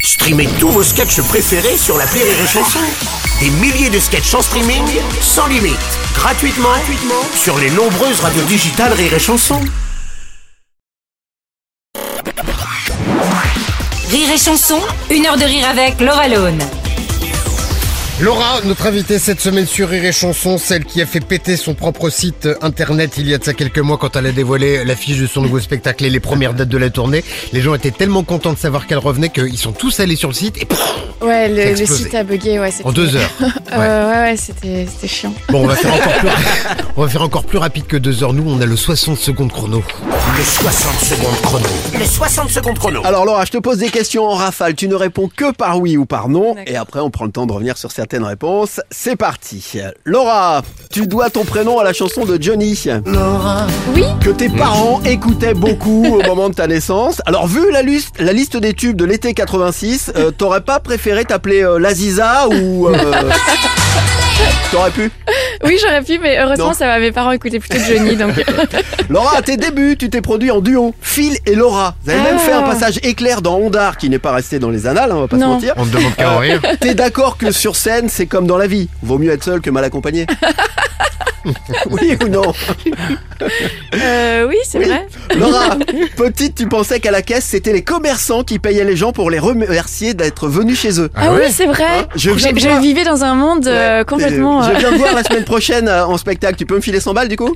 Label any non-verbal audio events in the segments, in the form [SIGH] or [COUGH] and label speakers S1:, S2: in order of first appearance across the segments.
S1: Streamez tous vos sketchs préférés sur la Rire et Chanson. Des milliers de sketchs en streaming, sans limite, gratuitement, gratuitement sur les nombreuses radios digitales Rire et Chanson.
S2: Rire et chanson, une heure de rire avec Laura Lone.
S3: Laura, notre invitée cette semaine sur Rire et Chanson, celle qui a fait péter son propre site euh, internet il y a de ça quelques mois quand elle a dévoilé l'affiche de son nouveau spectacle et les premières dates de la tournée. Les gens étaient tellement contents de savoir qu'elle revenait qu'ils sont tous allés sur le site et pff,
S4: Ouais,
S3: Ça a
S4: le, le
S3: explosé.
S4: site a bugué, ouais. c'était-
S3: en deux heures.
S4: Euh, [LAUGHS] ouais, ouais, c'était c'était chiant.
S3: Bon, on va faire encore plus, on va faire encore plus rapide que deux heures. Nous, on a le 60 secondes chrono.
S1: Le 60 secondes chrono. Le 60 secondes chrono.
S5: Alors Laura, je te pose des questions en rafale, tu ne réponds que par oui ou par non, et après on prend le temps de revenir sur certaines réponses. C'est parti. Laura, tu dois ton prénom à la chanson de Johnny,
S4: Oui,
S5: que tes parents écoutaient beaucoup au [LAUGHS] moment de ta naissance. Alors vu la, liste, la liste des tubes de l'été 86, euh, t'aurais pas préféré t'appeler euh, Laziza
S4: [LAUGHS]
S5: ou... euh, T'aurais pu
S4: oui, j'aurais pu, mais heureusement,
S5: Non.
S4: ça va. Mes parents écoutaient plutôt Johnny,
S5: [LAUGHS]
S4: donc.
S5: Laura, à tes débuts, tu t'es produit en duo. Phil et Laura. Vous avez même
S4: Ah.
S5: fait un passage éclair dans Ondar qui n'est pas resté dans les annales, hein, on va pas se
S4: Non.
S5: mentir.
S3: On ne demande qu'à en rire.
S5: T'es d'accord que sur scène, c'est comme dans la vie. Vaut mieux être seul que mal accompagné. Oui ou non
S4: Euh, oui, c'est vrai.
S5: Laura, petite, tu pensais qu'à la caisse, c'était les commerçants qui payaient les gens pour les remercier d'être venus chez eux.
S4: Ah, oui, c'est vrai.
S5: Hein, je viens
S4: J'ai-
S5: de
S4: je
S5: voir.
S4: vivais dans un monde euh,
S5: Ouais,
S4: complètement.
S5: c'est- Je
S4: euh,
S5: viens
S4: [LAUGHS]
S5: de voir la semaine prochaine euh, en spectacle. Tu peux me filer 100 balles du coup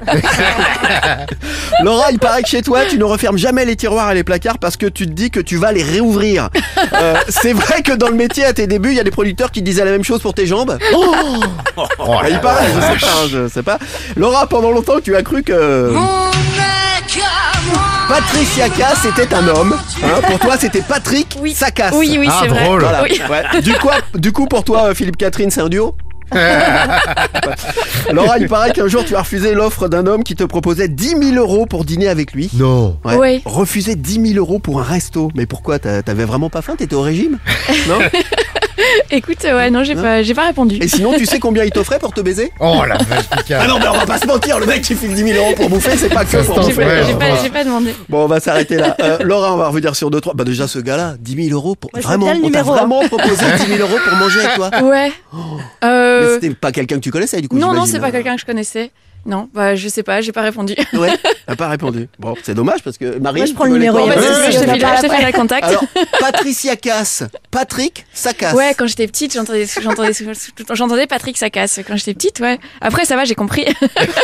S5: Laura, il paraît que chez toi, tu ne refermes jamais les tiroirs et les placards parce que tu te dis que tu vas
S4: [LAUGHS]
S5: les réouvrir. Euh, c'est vrai que dans le métier, à tes débuts, il y a des producteurs qui disaient la même chose pour tes jambes. [LAUGHS]
S3: Oh
S5: Ah,
S3: là
S5: il paraît, je sais pas, hein, je sais pas. Laura, pendant longtemps, tu as cru que
S4: Oh
S5: Patricia Cass était un homme. hein. pour toi, c'était Patrick
S4: Oui.
S5: Sacas.
S4: Oui, oui,
S3: Ah,
S4: c'est vrai.
S3: drôle.
S5: Voilà.
S4: Oui. [LAUGHS]
S6: [LAUGHS]
S5: Ouais. Du, quoi- du coup, pour toi, euh, Philippe Catherine, c'est un [LAUGHS] duo Laura, il paraît qu'un jour, tu as refusé l'offre d'un homme qui te proposait 10 000 euros pour dîner avec lui.
S3: Non.
S5: Ouais.
S4: Oui.
S5: Refuser 10 000 euros pour un resto. Mais pourquoi T'as- T'avais vraiment pas faim T'étais au régime Non
S4: Écoute, euh, ouais, non, j'ai
S5: Hein
S4: pas, j'ai pas répondu.
S5: Et sinon, tu sais combien il t'offrait pour te baiser
S3: Oh la vache,
S5: Ah
S3: Picard.
S5: non, mais on va pas se mentir, le mec qui file 10 000 euros pour bouffer, c'est pas que
S3: Ça
S5: pour
S3: se tente,
S4: J'ai
S5: bouffer.
S4: pas,
S3: Ouais,
S4: j'ai pas,
S3: voilà.
S4: j'ai pas demandé.
S5: [LAUGHS] Bon, on va s'arrêter là. Euh, Laura, on va revenir sur deux, trois. Bah, déjà, ce gars-là, 10 000 euros pour.
S6: Moi, je veux
S5: vraiment,
S6: bien le
S5: on t'a
S6: numéro, hein.
S5: vraiment proposé 10 000 euros pour manger avec toi.
S4: Ouais.
S5: Mais
S4: Euh,
S5: c'était pas quelqu'un que tu connaissais, du coup.
S4: non, non,
S5: j'imagine.
S4: c'est pas quelqu'un que je connaissais. Non, bah, je sais pas, j'ai pas répondu.
S5: [LAUGHS] Ouais, t'as pas répondu. Bon, c'est dommage parce que Marie.
S6: Moi, je prends
S5: tu veux
S6: le
S5: les
S6: numéro,
S4: [LAUGHS] Bon,
S5: coordonnées
S4: bah,
S6: Ouais, ouais,
S4: c'est sûr, je te
S6: ouais.
S4: file je te file le contact.
S5: Alors, Patricia Casse, Patrick, ça casse.
S4: Ouais, quand j'étais petite, j'entendais, j'entendais, j'entendais Patrick Sacasse quand j'étais petite, ouais. Après, ça va, j'ai compris.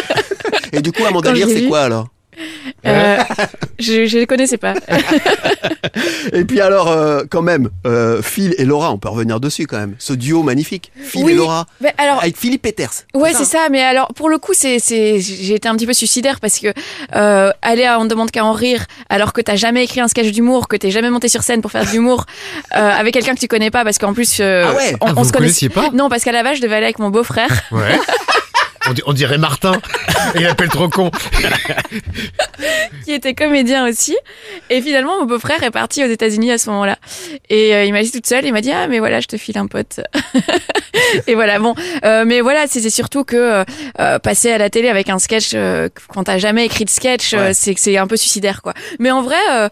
S4: [LAUGHS]
S5: Et du coup, à
S4: Quand je
S5: Mandalire,
S4: l'ai
S5: c'est
S4: vu.
S5: quoi alors
S4: Euh, je, je les connaissais
S5: [LAUGHS]
S4: pas.
S5: Et puis alors, euh, quand même, euh, Phil et Laura, on peut revenir dessus quand même. Ce duo magnifique, Phil
S4: Oui,
S5: et Laura,
S4: Mais alors,
S5: avec Philippe Peters.
S4: ouais, c'est ça. Mais alors, pour le coup, c'est, c'est, j'ai été un petit peu suicidaire parce que euh, aller à On ne demande qu'à en rire, alors que t'as jamais écrit un sketch d'humour, que t'es jamais monté sur scène pour faire de l'humour euh, avec quelqu'un que tu connais pas, parce qu'en plus, euh,
S5: Ah ouais
S4: on,
S3: Ah,
S4: on
S3: vous
S4: se
S3: ne
S4: connaissait.
S3: connaissiez pas
S4: Non, parce qu'à la base, je devais aller avec mon beau-frère.
S3: Ouais. On, di- on dirait Martin. Il appelle trop con.
S4: qui était comédien aussi. Et finalement, mon beau-frère est parti aux États-Unis à ce moment-là. Et euh, il m'a dit toute seule, il m'a dit ah mais voilà, je te file un pote. [LAUGHS] et voilà bon, Euh, mais voilà, c'est c'est surtout que euh, euh, passer à la télé avec un sketch euh, quand t'as jamais écrit de sketch, euh,
S5: Ouais.
S4: c'est c'est un peu suicidaire quoi. Mais en vrai. euh,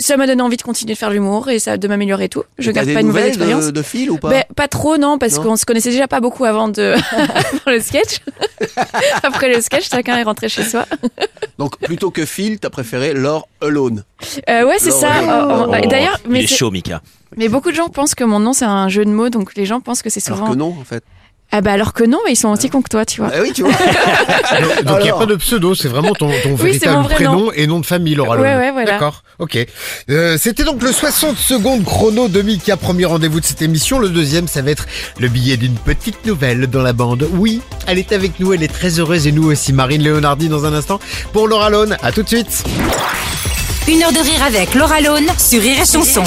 S4: ça m'a donné envie de continuer de faire de l'humour et ça de m'améliorer et tout. Je
S5: T'as
S4: garde
S5: des
S4: pas une mauvaise
S5: nouvelles de-
S4: expérience.
S5: De, Phil ou pas
S4: Ben, pas trop, non, parce
S5: Non.
S4: qu'on se connaissait déjà pas beaucoup avant de [LAUGHS] avant le
S5: [LAUGHS]
S4: sketch. Après le sketch, chacun est rentré chez soi.
S5: Donc plutôt que Phil, t'as préféré Laure Alone.
S4: Euh, ouais, c'est
S5: Non,
S4: ça.
S5: non.
S4: Euh, euh, D'ailleurs, mais
S7: il est
S4: c'est-
S7: chaud, Mika.
S4: Mais beaucoup de gens pensent que mon nom c'est un jeu de mots, donc les gens pensent que c'est
S5: Alors
S4: souvent.
S5: que non, en fait.
S4: Ah bah alors que non, mais ils sont aussi cons que toi, tu vois.
S5: Ah oui,
S3: [LAUGHS]
S5: tu vois.
S3: Donc [LAUGHS] donc, il n'y a
S5: Alors.
S3: pas de pseudo, c'est vraiment ton, ton
S4: Oui, c'est mon
S3: véritable
S4: vrai
S3: prénom et nom de famille, Laura Lone.
S4: Ouais, ouais, voilà.
S3: D'accord, ok. Euh, C'était donc le 60 secondes chrono de Mika, premier rendez-vous de cette émission. Le deuxième, ça va être le billet d'une petite nouvelle dans la bande. Oui, elle est avec nous, elle est très heureuse et nous aussi. Marine Léonardi dans un instant pour Laura Lone. À tout de suite.
S2: Une heure de rire avec Laura Lone sur Rire et chanson.